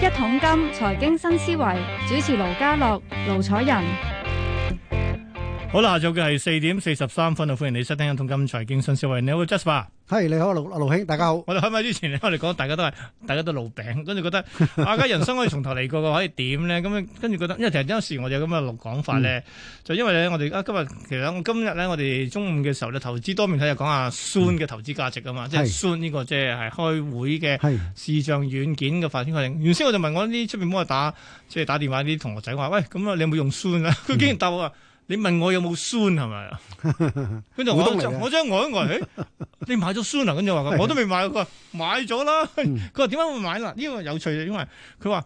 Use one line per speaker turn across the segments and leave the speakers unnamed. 金財經新思維主持盧家樂、盧楚仁。
好啦，下晝嘅係四點四十三分啊！歡迎你收聽《一桶金財經新思維》，你好，Jasper。
係你好，盧盧兄，大家好。
我哋開咪之前咧，我哋講大家都係 大家都老餅，跟住覺得啊，家人生可以從頭嚟過嘅，可以點咧？咁樣跟住覺得，因為其實有時我哋有咁嘅講法咧，就因為咧，我哋啊今日其實我今日咧，我哋中午嘅時候咧，投資多面睇就講下 Zoom 嘅投資價值啊嘛，即係 Zoom 呢個即係係開會嘅
係
視像軟件嘅發展確定。原先我就問我啲出面幫我打即係打電話啲同學仔，我話喂，咁啊你有冇用 Zoom 啊？
嗯
佢竟然答我話。你問我有冇 Zoom 係 咪啊？跟住我
股東嚟
就
嘅
我將呆一 呆，誒你買咗 Zoom 啊？跟住我話我都未買，佢話買咗啦。
嗯
佢話點解會買啦？呢個有趣嘅，因為佢話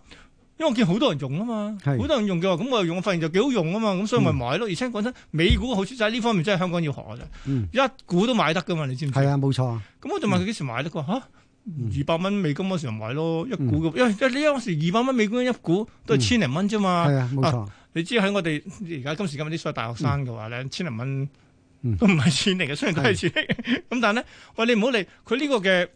因為我見好多人用啊嘛，
係嗯
好多人用嘅話，咁我又用，我發現就幾好用啊嘛，咁所以咪買咯。而且講真，美股好處就喺呢方面，真係香港要學嘅啫，
嗯，
一股都買得噶嘛，你知唔知？
係啊，冇錯。
咁我就問佢幾時買咧？佢話嚇
嗯
二百蚊美金嗰時就買咯，一股嘅，因為因為你嗰時二百蚊美金一股都係千零蚊啫嘛。
係啊，冇錯。
你知喺我哋而家今時今日啲所謂大學生嘅話咧，千零蚊
嗯
都唔係錢 嚟嘅，雖然都係錢嚟嘅， 咁但係咧，喂你唔好理佢呢個嘅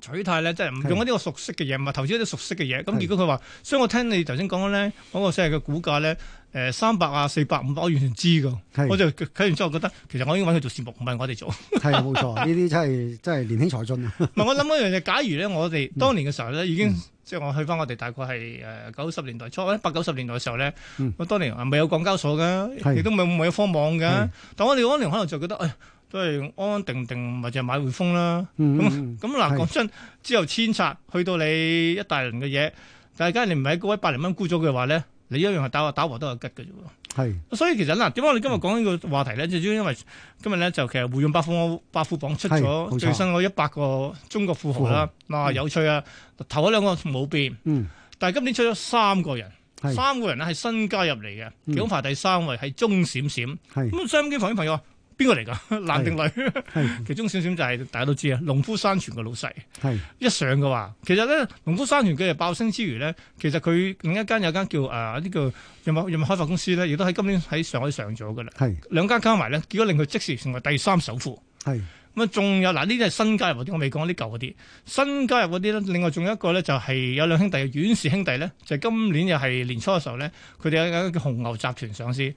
取態咧，即係唔
係
用一啲我熟悉嘅嘢，唔係投資一啲熟悉嘅嘢。咁
係
結果佢話，所以我聽你頭先講嘅咧，嗰個所謂嘅股價咧，誒三百啊、四百、五百，我完全知㗎。
係
我就睇完之後覺得，其實我應該揾佢做節目，唔係我哋做。
係啊，冇 錯。呢啲真係真係年輕才俊啊。
唔係，我諗一樣嘢，假如咧，我哋
嗯
當年嘅時候咧，已經、即係我去翻我哋大概係誒九十年代初咧，八九十年代嘅時候咧，
嗯
我當年啊未有港交所嘅，
係
亦都冇冇有科網嘅
係，
但我哋嗰年可能就覺得，誒、哎都係安安定定，咪就係買匯豐啦。
嗯嗯
咁嗱，
係
講真，之後遷拆去到你一大輪嘅嘢，但係假如你唔喺嗰位百零蚊沽咗嘅話咧，你一樣係打打和都有吉嘅啫喎。
嗯係
所以其實嗱，點解我哋今日講呢個話題咧？最主要因為今日咧就其實胡潤百富百富榜出
係冇
咗
錯
最新嗰一百個中國富豪啦。嗱，
嗯
有趣啊！頭嗰兩個冇變，
嗯
但係今年出咗三個人，
係
三個人咧係新加入嚟嘅，
嗯
其中排第三位係鐘閃閃。
係
咁收音機旁邊朋友話邊個嚟㗎？ 男定女？
係
其中鐘閃閃就係大家都知啊，農夫山泉嘅老細。
係
一上嘅話，其實咧農夫山泉佢係爆升之餘咧，其實佢另一間有間叫啊誒呢、個藥物藥物開發公司咧，亦都喺今年喺上海上咗嘅啦。
係
兩間加埋咧，結果令佢即時成為第三首富。
係
咁啊，仲有嗱，呢啲係新加入嗰啲，我未講啲舊嗰啲。新加入嗰啲咧，另外仲有一個咧，就係有兩兄弟嘅阮氏兄弟咧，就係今年又係年初嘅時候咧，佢哋有一間叫紅牛集團上市，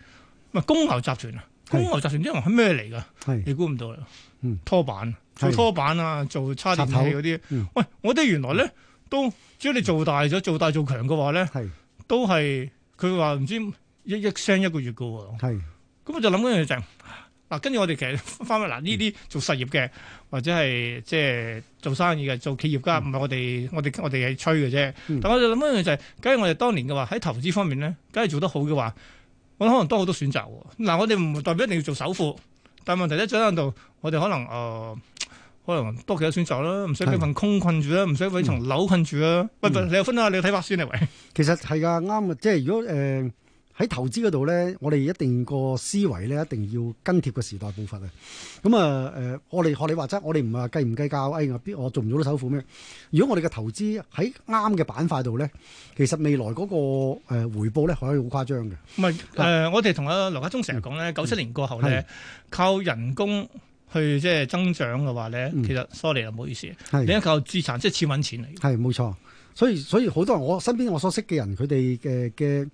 唔係公牛集團啊。公
係
牛集團啲人係咩嚟㗎？
係
你估唔到啊！
嗯
拖板做
係
拖板啊，做叉電器嗰啲
嗯，
喂，我哋原來咧都只要你做大咗、做大做強嘅話咧，
係
都係佢話唔知一億聲一個月嘅喎。
係
咁我就諗嗰樣嘢就係嗱，跟住我哋其實 翻翻嗱呢
嗯
啲做實業嘅，或者係即係做生意嘅、做企業家，唔係我哋我哋我哋係吹嘅啫。
嗯
但我就諗一樣嘢就係，假如我哋當年嘅話喺投資方面咧，假如做得好嘅話，我諗可能多好多選擇喎。嗱，我哋唔代表一定要做首富，但問題咧，最喺度我哋可能誒、呃可能多幾多選擇啦，唔使俾
係
份工困住啦，唔使俾層樓困住啦。喂，
嗯
你又分享下你嘅睇法先嚟喂。
其實係㗎，啱啊！即係如果誒喺、投資嗰度咧，我哋一定個思維咧，一定要跟貼個時代步伐啊！咁啊誒，我哋學你話齋，我哋唔係話計唔計較，誒、我邊我做唔做到首富咩？如果我哋嘅投資喺啱嘅板塊度咧，其實未來嗰、個、呃、回報咧，可以好誇張嘅。
唔係誒，呃我哋同阿羅家聰成日講咧，九七年過後咧，靠人工去即係增長嘅話咧，
嗯
其實 sorry 啊，唔好意思，
係
你一靠資產即係錢揾錢嚟。
係冇錯，所以所以好多人我身邊我所識嘅人，佢哋嘅嘅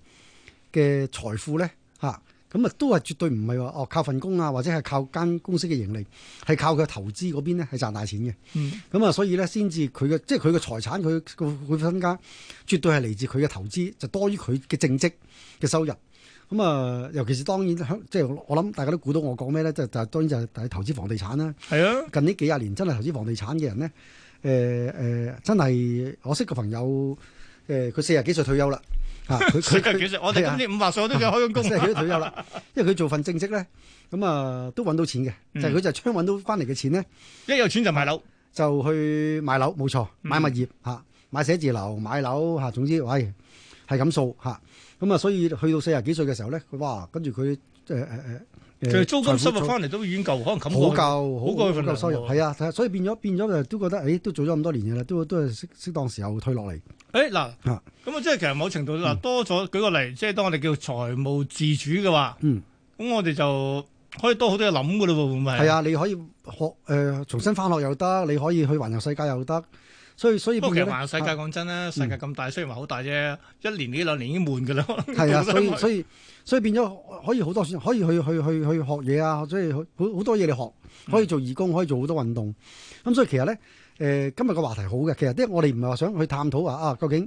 嘅財富咧嚇，咁啊都係絕對唔係話哦靠份工啊，或者係靠間公司嘅盈利，係靠佢投資嗰邊咧係賺大錢嘅。
嗯，
咁啊，所以咧先至佢嘅即係佢嘅財產，佢個佢身家絕對係嚟自佢嘅投資，就多於佢嘅正職嘅收入。咁啊，尤其是當然香，即係我我諗大家都估到我講咩咧，就就當然就係就係投資房地產啦。
係啊，
近呢幾廿年真係投資房地產嘅人咧，誒、誒、真係我識個朋友，誒、佢四十幾歲退休啦，嚇佢
四
佢
十幾歲，啊我哋
係啊
今年五百歲我都仲開緊
四
工
十。幾歲退休啦，因為佢做份正職咧，咁啊
嗯
都揾到錢嘅，就係佢就將揾到翻嚟嘅錢咧，
一有錢就買樓，
就去買樓，冇錯，
嗯
買物業嚇、買寫字樓，買樓嚇、總之喂係咁數嚇，咁啊所以去到四十幾歲嘅時候咧，佢哇跟住佢誒誒誒
其
誒，
實租金收
財
入
富
翻嚟都已經夠，可能冚
好
過
夠
去。
好
好過佢份
夠
糧
收入，
喎
係啊，係啊所以變咗變咗就都覺得，誒、都做咗咁多年嘅啦，都都係適適當時候退落嚟，
誒嗱，咁啊
啊
即係其實某程度嗱多咗，舉個例，即係當我哋叫財務自主嘅話，
嗯，
咁我哋就可以多好多嘢諗㗎咯喎，會唔會？
係啊，你可以學誒、呃重新翻學又得，你可以去環遊世界又得，所以所以
不過其
變
實
咗呢
環世界講真啦，世界咁大，雖然話好大啫，一年呢兩年已經悶㗎啦。可能
係
講
啊，
真
所以
話
所以所以變咗可以好多選，可以去去去去學嘢啊，所以好好多嘢你學，可以做義工，可以做好多運動。咁所以其實咧，誒、今日個話題好嘅，其實即係我哋唔係話想去探討話啊，究竟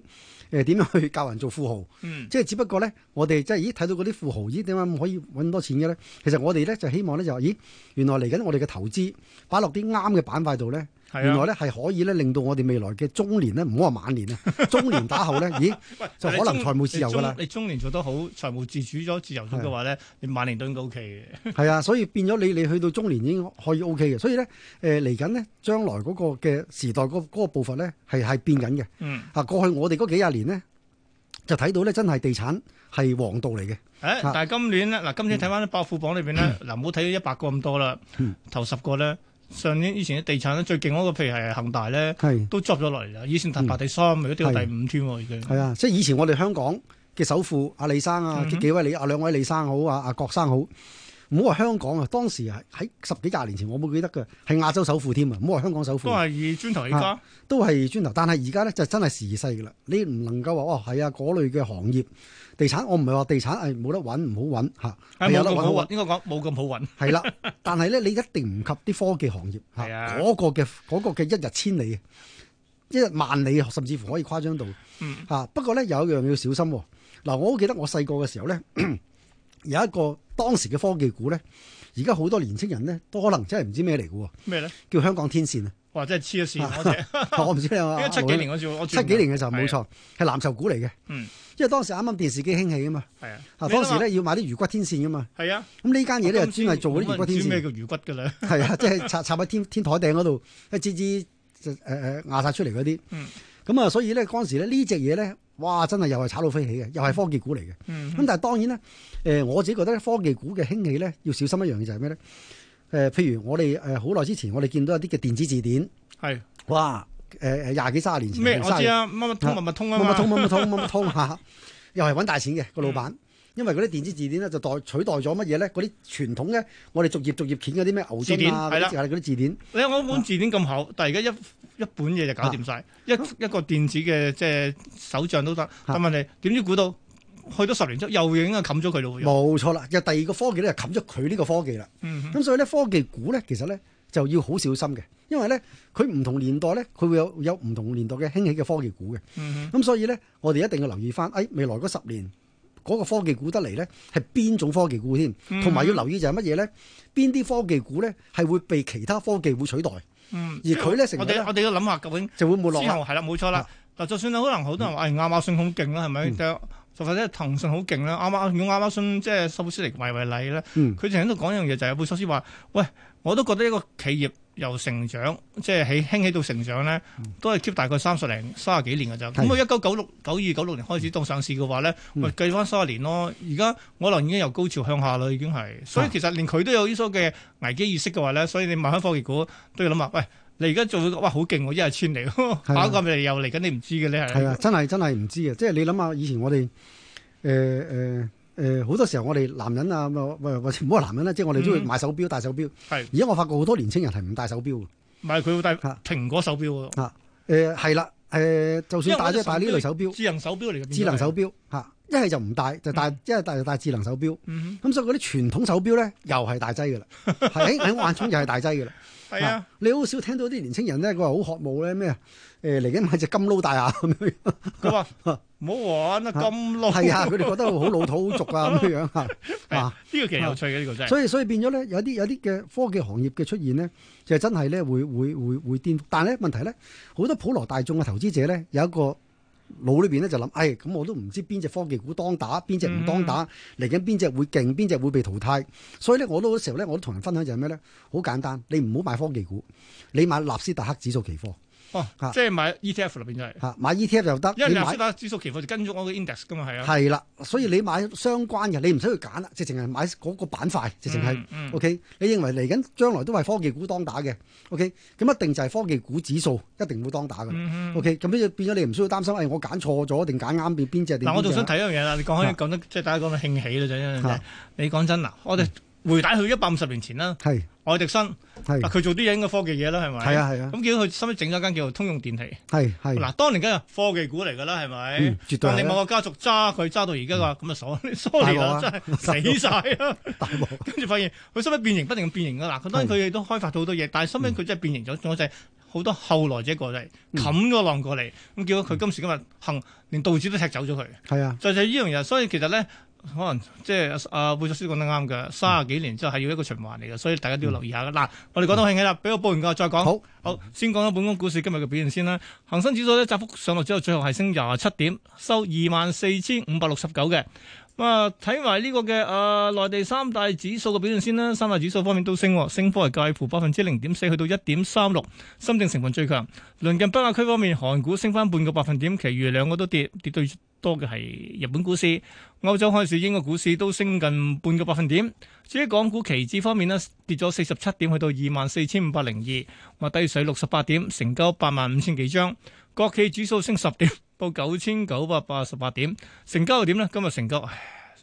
誒點、樣去教人做富豪，
嗯
即係只不過咧，我哋即係咦睇到嗰啲富豪，咦點解咁可以揾咁多錢嘅咧？其實我哋咧就希望咧就話咦，原來嚟緊我哋嘅投資擺落啲啱嘅板塊度咧，
係
原
啊
來。咧係可以咧令到我哋未來嘅中年咧，唔好話晚年啊，中年打後咧，咦？
喂
就
你
可能
中
財務自由㗎啦
你中你中年做得好，財務自主咗、自由咗嘅話咧，你晚年都應該 OK 嘅。
係啊，所以變咗你你去到中年已經可以 O K 嘅，所以咧誒嚟緊咧將來嗰個嘅時代嗰嗰個步伐咧係係變緊嘅。
嗯，
啊，過去我哋嗰幾廿年咧就睇到咧真係地產係王道嚟嘅，
誒，
啊
但係今年咧，嗱，今年睇翻啲爆富榜裏邊咧，嗱，唔好睇到一百個咁多啦，頭十個咧，上年以前啲地產咧最勁嗰個，譬如係恒大咧，
係
都 drop 咗落嚟啦。以前排排第三，而家掉第五添喎，已經。
係啊，即係以前我哋香港嘅首富阿李生啊，
嗯哼
幾位李啊兩位李生好啊，阿郭生好。唔好話香港啊！當時係喺十幾廿年前，我冇記得嘅，係亞洲首富添啊！唔好話香港首富
都，係以磚頭起家
啊，都係磚頭。但係而家咧就真係時勢㗎啦，你唔能夠話哦係啊嗰類嘅行業，地產我唔係話地產係冇得揾唔好揾嚇，
係
係
冇
有得
咁
揾
好
好揾
運，應該講冇咁好運。
係啦。但係咧你一定唔及啲科技行業嚇，
係啊
嗰個嘅嗰個嘅一日千里，啊一日萬里，甚至乎可以誇張到
嗯
嚇。不過咧有一樣要小心喎。嗱，我好記得我細個嘅時候咧， 有一個當時嘅科技股咧，而家好多年青人咧都可能真係唔知咩嚟嘅喎，
咩咧？
叫香港天 線啊！
哇！真係黐咗線嗰隻，
我唔知你有冇
應該七幾年嗰時我
啊七幾年嘅時候冇，錯，係藍籌股嚟嘅。
啊嗯，
因為當時啱啱電視機興起啊嘛，
係啊，
啊當時咧要買啲魚骨天線噶嘛，
係啊，
咁呢間嘢咧專係做嗰啲魚
冇
骨
人
天
知咩
線，
叫魚骨㗎啦。
係啊，即係插插喺天天台頂嗰度，一支支就誒誒壓晒出嚟嗰啲。
嗯
咁啊，所以咧嗰陣時咧呢只嘢咧，哇！真係又係炒到飛起嘅，又係科技股嚟嘅。咁、
嗯
但係當然咧，誒、呃我自己覺得科技股嘅興起咧，要小心一樣嘢就係咩咧？誒、呃譬如我哋誒好耐之前，我哋見到一啲嘅電子字典，
係
哇！誒誒廿幾卅年前
咩？我
30
知啊，乜乜通乜乜通啊
乜
嘛
乜。通乜乜通乜 乜通嚇，又係揾大錢嘅個老
嗯
闆，因為嗰啲電子字典咧就代取代咗乜嘢咧？嗰啲傳統咧，我哋逐頁逐頁攣嗰啲咩牛
字典
津啊，
係
嗰
啦
啲係嗰啲字典，
你我本字典咁厚，但係而家一一本嘢就搞掂
啊
晒，一一個電子嘅即係手杖都
啊
得。但問題點知估到去到十年之後又已經係冚咗佢咯喎。
冇錯啦。又第二個科技咧，就冚咗佢呢個科技啦。
嗯
咁所以咧，科技股咧，其實咧就要好小心嘅，因為咧佢唔同年代咧，佢會有有唔同年代嘅興起嘅科技股嘅。
嗯
咁所以咧，我哋一定要留意翻，誒、未來嗰十年嗰、個科技股得嚟咧，係邊種科技股添，
嗯
同埋要留意就係乜嘢咧？邊啲科技股咧係會被其他科技股取代，
嗯，
而佢咧成
我
日
哋
咧
我哋要諗下究竟
就會沒落
之
啦。
後係啦，冇錯啦
啊。嗯
嗱，就算可能好多人話，誒哎亞馬遜好勁啦，係咪？就或者騰訊好勁啦，亞馬用亞馬遜即係索斯嚟為為例咧，
嗯，
佢成日喺度講一樣嘢就係貝索斯話：，喂，我都覺得一個企業由成長，即係起興起到成長咧，都係 keep 大概三十零、三十幾年嘅咋。咁
嗯係
佢一九九六、九二、九六年開始到上市嘅話咧，
嗯
咪計翻三十年咯。而家可能已經由高潮向下啦，已經係。
啊
所以其實連佢都有呢種嘅危機意識嘅話咧，所以你買翻科技股都要諗下，喂，你而家做哇好勁喎，一日千 嚟，
啊
下一個咪又嚟緊，你唔知嘅咧
係啊，真係真係唔知嘅。即係你諗下，以前我哋誒誒誒好多時候我哋男人啊，或或或者唔好話男人啦，即係我哋都會
嗯
買手錶、戴手錶。
係
而家我發覺好多年青人係唔戴手錶嘅。
唔係佢會戴
啊
蘋果手錶喎，
誒係啦，誒就算戴都係戴呢類手錶。
智能手錶嚟嘅，
智能手
錶。
錶嚇，一係就唔戴，就戴一係戴就戴智能手錶。
嗯
咁所以嗰啲傳統手錶咧，又係大劑嘅 啦，係喺喺我眼中又係大劑嘅啦。
哼，係啊，
你好少聽到啲年青人咧，佢話好渴慕咧咩？啊誒嚟緊買隻金撈戴下咁樣，
佢 話唔好玩啦，咁耐。
係啊，佢哋覺得好老土、好俗啊咁樣樣 嚇。
係
啊，
呢個其實有趣嘅，呢個真係。
所以所以變咗咧，有啲有啲嘅科技行業嘅出現咧，就真係咧會會會會顛覆。但係咧問題咧，好多普羅大眾嘅投資者咧有一個。腦裏邊咧就諗，唉、咁我都唔知邊只科技股當打，邊只唔
嗯
當打，嚟緊邊只會勁，邊只會被淘汰。所以咧，我都嗰時候咧，我都同人分享就係咩咧？好簡單，你唔好買科技股，你買納斯達克指數期貨
哦，
啊
即係買 ETF 啦，變咗係。
嚇，買 E ETF 又得，
因為
你
納斯
買
達克指數期貨就跟咗我個 index 噶嘛，係啊。
係啦，所以你買相關嘅，你唔使去揀啦，直情係買嗰個板塊，直情係。
嗯嗯
O.K. 你認為嚟緊將來都係科技股當打嘅，O.K. 咁一定就係科技股指數一定會當打嘅啦。
嗯嗯
O.K. 咁呢就變咗你唔需要擔心，誒、我揀錯咗定揀啱邊邊只定邊隻啦。
嗱，我仲想睇一樣嘢啦，你講開
啊
講得即係大家講到興起啦，就因為
啊
你講真嗱，我哋回帶去一百五十年前啦，
係
愛迪生，
係
嗱佢做啲嘢應該科技嘢啦，係咪？
係啊係啊，
咁結果佢收尾整咗間叫做通用電氣。
係係
嗱，當年梗係科技股嚟㗎啦，係咪？
嗯絕對係啊
但你某個家族揸佢揸到而家嘅話，咁啊 鎖 sorry 啦，
大
真係死晒啊！
大鑊，
跟住發現佢收尾變形不停咁變形㗎啦。佢當然佢哋都開發到好多嘢，但係收尾佢真係變
嗯
形咗，仲有就係好多後來者過嚟冚咗浪過嚟，咁結果佢今時今日行連道指都踢走咗佢。
係啊，
就係呢樣嘢，所以其實咧，可能即係啊阿阿貝索斯講得啱嘅，三十幾年之後係要一個循環嚟嘅，所以大家都要留意下啦。嗱、我哋講到興起啦，俾我報完價再講。
好，
好，先講咗本港股市今日嘅表現先啦。恒生指數咧窄幅上落之後，最後係升廿七點，收二萬四千五百六十九嘅。咁啊，睇埋呢個嘅誒內地三大指數嘅表現先啦。三大指數方面都升喎，升幅係介乎百分之零點四去到一點三六，深圳成分最強。鄰近北亞區方面，韓股升翻半個百分點，其餘兩個都跌，跌最多嘅係日本股市。歐洲啊開市，英國股市都升近半個百分點。至於港股期指方面呢，跌咗四十七點，去到二萬四千五百零二，話低水六十八點，成交八萬五千幾張。國企指數升十點，報九千九百八十八點，成交又點呢？今日成交唉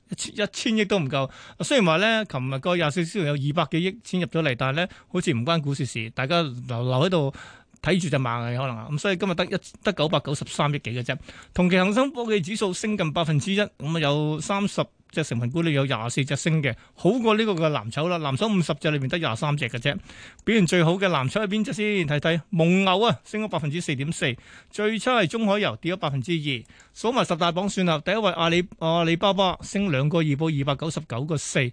一千一千億都唔夠。啊雖然話呢，琴日個廿四小時有二百幾億錢入咗嚟，但係呢好似唔關股市事，大家留留喺度。睇住就螞蟻可能啊，咁所以今日得一得九百九十三億幾嘅啫。同期恒生科技指數升近百分之一，咁啊有三十隻成分股裏有廿四隻升嘅，好過呢個嘅藍籌啦。藍籌五十隻裏面得廿三隻嘅啫。表現最好嘅藍籌係邊隻先？睇睇蒙牛啊，升咗百分之四點四，最差係中海油跌咗百分之二。數埋十大榜算啦，第一位阿里阿里巴巴升兩個二，報二百九十九個四。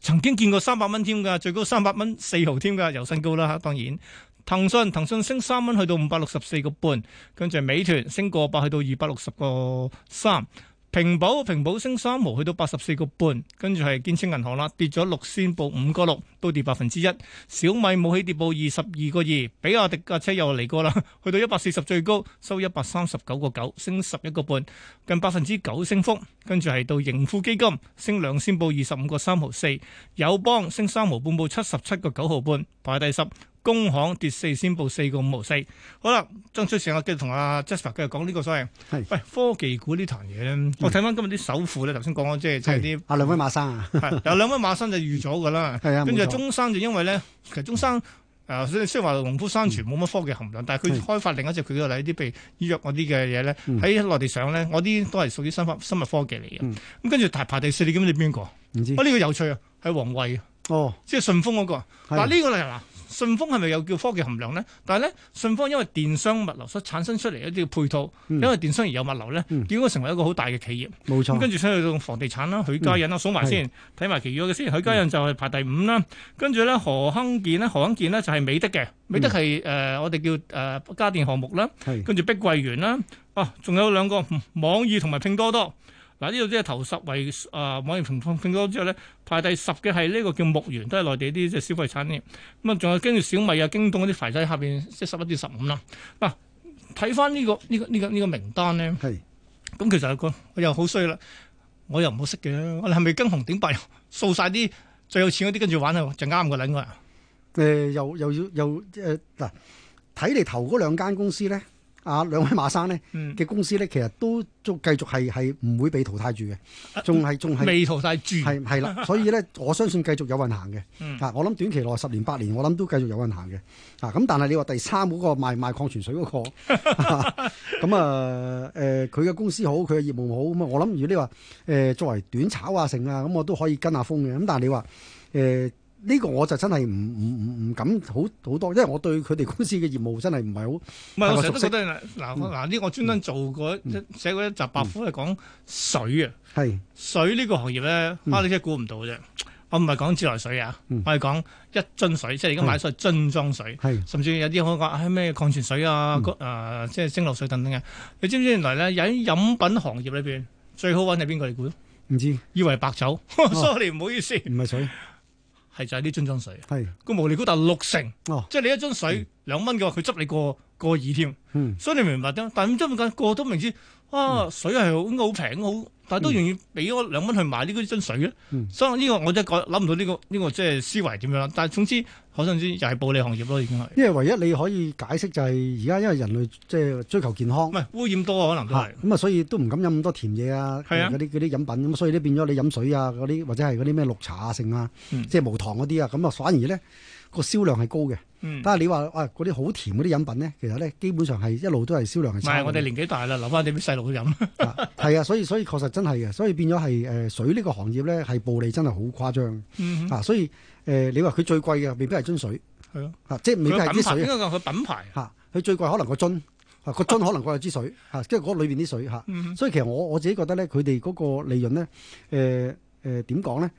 曾經見過三百蚊添㗎，最高三百蚊四毫添㗎，由新高啦嚇，當然。騰訊騰訊升三蚊去到五百六十四個半，跟住美團升個八去到二百六十個三，平保平保升三毫去到八十四個半，跟住係建設銀行啦，跌咗六仙報五個六，都跌百分之一。小米冇起跌報二十二個二，比亞迪架車又嚟過啦，去到一百四十最高，收一百三十九個九，升十一個半，近百分之九升幅。跟住係到盈富基金升兩仙報二十五個三毫四，友邦升三毫半報七十七個九毫半，排第十。工行跌四仙報四個五毫四。好啦，爭取時間我繼續同阿 Jasper 繼續講呢個所謂
係
喂科技股呢壇嘢咧。我睇翻今日啲首富咧，頭先講咗即係即係啲
係阿兩位馬生啊，
係有兩位馬生就預咗㗎啦，
係啊
跟住
冇錯
中山就因為咧，其實中山誒雖雖然話農夫山泉冇乜科技含量，但係佢
嗯係
開發另一隻佢嘅例啲譬如醫藥嗰啲嘅嘢咧，
嗯
喺內地上咧，我啲都係屬於生物生物科技嚟嘅。
嗯
咁跟住排排第四，你記唔記得邊個？啊
唔知
呢個有趣啊，係王衛，
哦，
即係順豐嗰個。嗱
係
呢個嚟嗱，順豐係咪有叫科技含量咧？但係咧，順豐因為電商物流所產生出嚟一啲配套，
嗯
因為電商而有物流咧，
嗯
結果成為一個好大嘅企業。
冇
咁
錯，
跟住先去到房地產啦，許家印啦，數埋先，睇埋其餘嘅先。許家印就係排第五啦，跟住咧何亨健咧，何亨健咧就係美的嘅，美的係誒我哋叫誒家電項目啦，
係
跟住碧桂園啦，啊仲有兩個嗯網易同埋拼多多。嗱呢度即係頭十位啊、網易同拼多多之後咧，排第十嘅係呢個叫牧原，都係內地啲即係消費產業。咁啊，仲有跟住小米啊、京東嗰啲排喺下邊，即係十一至十五啦。嗱、睇翻呢個呢、個呢、個呢、個名單咧。
係
咁其實有個我又好衰啦，我又唔好識嘅，我哋係咪跟紅頂白 掃晒啲最有錢嗰啲跟住玩啊就啱噶啦應該。
誒又又要又誒嗱，睇嚟頭嗰兩間公司咧，阿兩位馬生咧
嗯，
嘅公司咧，其實都仲繼續係係唔會被淘汰住嘅，仲係仲係。
未淘汰住，
係係 啦，所以咧，我相信繼續有運行嘅。
嗯
啊，我諗短期內十年八年，我諗都繼續有運行嘅。啊，咁但係你話第三嗰個賣賣礦泉水嗰、個， 咁啊誒，佢嘅公司好，佢嘅業務好，咁啊，我諗如果你話誒、呃作為短炒啊成啊，咁我都可以跟下風嘅。咁但係你話誒。呢個我就真係唔唔唔唔敢好好多，因為我對佢哋公司嘅業務真係唔係好
唔係
係
我
我
成日都覺
熟悉嗯
得嗱嗱呢個我專登做過一寫過一集白虎係講水啊，
係
水呢個行業咧，
嗯
啊你真係估唔到嘅啫。我唔係講自來水啊，
嗯
我係講一樽水，即係而家買所謂樽裝水。
係
甚至有啲可以講唉咩礦泉水啊，誒、
嗯
即係蒸餾水等等嘅。你知唔知原來咧喺飲品行業裏邊最好揾係邊個嚟估？
唔知
以為係白 酒，sorry 唔好意思，
哦唔係水
係就係呢樽裝水
係
個毛利高達六成，
哦
即係你一樽水兩蚊嘅話，佢執你過過二添，
嗯
所以你明白啫。但係咁真係個個都明知啊，水係好應該好平好，但係都願意俾嗰兩蚊去買呢樽水嘅。
嗯
所以呢個我真係覺諗唔到呢、個呢、個即係思維點樣啦。但係總之可想而知又係暴利行業咯，已經係
因為唯一你可以解釋就係而家因為人類即係追求健康
唔。係污染多啊可能都
嚇
係。
咁啊，所以都唔敢飲咁多甜嘢啊，
係啊
嗰啲嗰啲飲品咁，所以咧變咗你飲水啊，嗰啲或者係嗰啲咩綠茶啊，剩啊，
嗯
即係無糖嗰啲啊，咁啊反而咧，個銷量係高嘅。
嗯，
但係你話啊嗰啲好甜嗰啲飲品咧，其實咧基本上係一路都係銷量
唔
係差嘅。
係我哋年紀大啦，留翻啲俾細路去飲。
啊係啊，所以所以確實真係嘅，所以變咗係誒水呢個行業咧係暴利真係好誇張
嗯，
啊！所以誒、呃你話佢最貴嘅未必係樽水
係咯，
啊，即係未必
佢
係
品
支
牌
水
應該講佢品牌。啊
嚇，佢最貴可能個樽 啊個樽可能貴過支水嚇，跟住嗰裏邊啲水啊嚇。
嗯，
所以其實我我自己覺得咧，佢哋嗰個利潤咧，誒誒點講咧？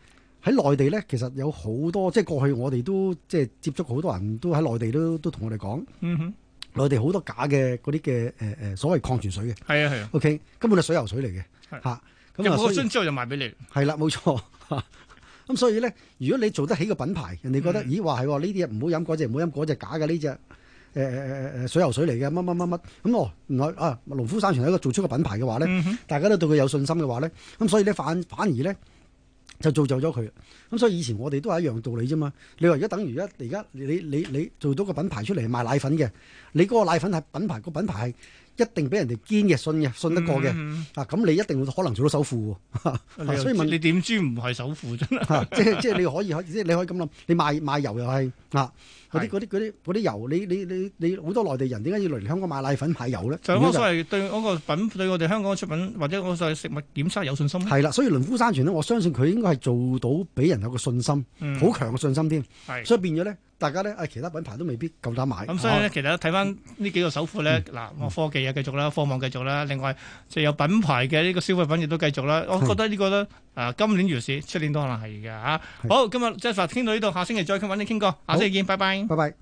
喺內地咧，其實有好多即係過去我哋都即係接觸好多人都喺內地都都同我哋講，
嗯哼，
內地好多假嘅嗰啲嘅誒誒所謂礦泉水嘅
係啊係啊，
，OK，根本係水游水嚟嘅
係
嚇。
入咗
咁啊，
個
所以
樽之後就賣俾你。
係啦，冇錯。 咁所以咧，如果你做得起個品牌，人哋覺得，
嗯
咦話係喎，呢啲嘢唔好飲，嗰只唔好飲，嗰只假嘅呢只，呃誒誒誒誒水游水嚟嘅，乜乜乜乜，咁哦，原來啊農夫山泉係一個做出個品牌嘅話咧，
嗯哼，
大家都對佢有信心嘅話咧，咁所以咧反反而咧就造就咗佢。咁所以以前我哋都係一樣道理啫嘛。你話而家等於而家而家你你你你做到個品牌出嚟賣奶粉嘅，你嗰個奶粉係品牌個品牌係一定俾人哋堅嘅信嘅，信得過嘅。
嗯
啊，咁你一定會可能做到首 富喎，
嗯你又
所以問
你點知唔係首富啫？
嚇即係即係你可以可以即係你可以咁諗，你賣賣油又係啊，嗰
係
啲嗰啲嗰啲嗰啲油，你你你你好多內地人點解要嚟香港買奶粉買油咧？
就係嗰個所謂對嗰個品對我哋香港嘅出品或者嗰個所謂食物檢測有信心。
係啦，所以農夫山泉咧，我相信佢應該係做到俾人有個信心，
嗯
好強嘅信心添。
係。
所以變咗咧，大家咧啊，其他品牌都未必夠膽買。
咁所以咧，其實睇翻呢幾個首富咧，嗱、我科技啊繼續啦，科網繼續啦，另外就有品牌嘅呢個消費品亦都繼續啦。我覺得呢個咧，啊今年如是，出年都可能係嘅嚇。好，今日即係話傾到呢度，下星期再揾你傾過，下星期見，拜拜。
啊，拜拜。